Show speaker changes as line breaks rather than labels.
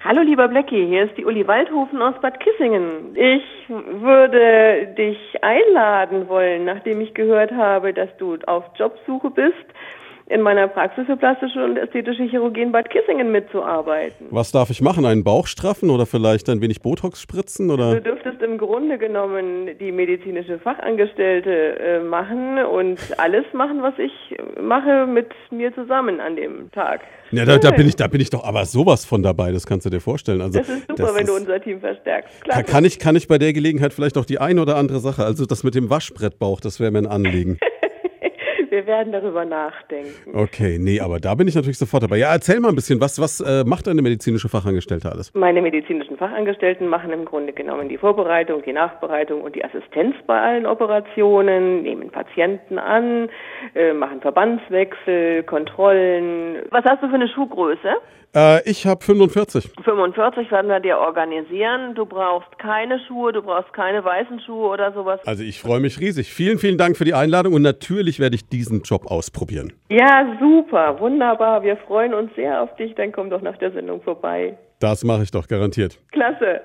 Hallo lieber Blackie, hier ist die Uli Waldhofen aus Bad Kissingen. Ich würde dich einladen wollen, nachdem ich gehört habe, dass du auf Jobsuche bist, in meiner Praxis für plastische und ästhetische Chirurgie in Bad Kissingen mitzuarbeiten.
Was darf ich machen? Einen Bauch straffen oder vielleicht ein wenig Botox spritzen?
Du
Oder?
dürftest im Grunde genommen die medizinische Fachangestellte äh, machen und alles machen, was ich mache, mit mir zusammen an dem Tag.
Ja, da, da, bin ich, da bin ich doch aber sowas von dabei, das kannst du dir vorstellen. Also,
Das ist super, wenn du unser Team verstärkst.
Ka-
Klasse.
Kann ich, kann ich bei der Gelegenheit vielleicht noch die ein oder andere Sache, also das mit dem Waschbrettbauch, das wäre mir ein Anliegen.
Wir werden darüber nachdenken.
Okay, nee, aber da bin ich natürlich sofort dabei. Ja, erzähl mal ein bisschen, was, was äh, macht eine medizinische Fachangestellte alles?
Meine medizinischen Fachangestellten machen im Grunde genommen die Vorbereitung, die Nachbereitung und die Assistenz bei allen Operationen, nehmen Patienten an, äh, machen Verbandswechsel, Kontrollen. Was hast du für eine Schuhgröße?
Äh, ich habe 45.
45 werden wir dir organisieren. Du brauchst keine Schuhe, du brauchst keine weißen Schuhe oder sowas.
Also ich freue mich riesig. Vielen, vielen Dank für die Einladung und natürlich werde ich diesen Job ausprobieren.
Ja, super, wunderbar. Wir freuen uns sehr auf dich. Dann komm doch nach der Sendung vorbei.
Das mache ich doch garantiert.
Klasse.